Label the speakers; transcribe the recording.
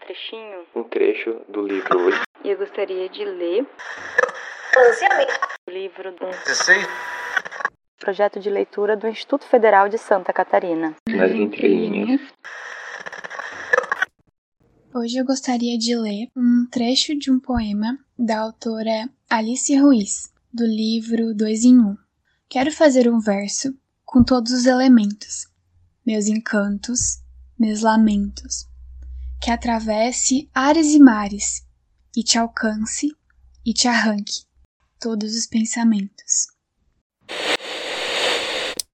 Speaker 1: trechinho
Speaker 2: um trecho do livro
Speaker 1: e eu gostaria de ler o livro do projeto de leitura do Instituto Federal de Santa Catarina.
Speaker 2: Nas Entrelinhas.
Speaker 3: Hoje eu gostaria de ler um trecho de um poema da autora Alice Ruiz, do livro Dois em Um. Quero fazer um verso com todos os elementos, meus encantos, meus lamentos, que atravesse ares e mares, e te alcance, e te arranque todos os pensamentos.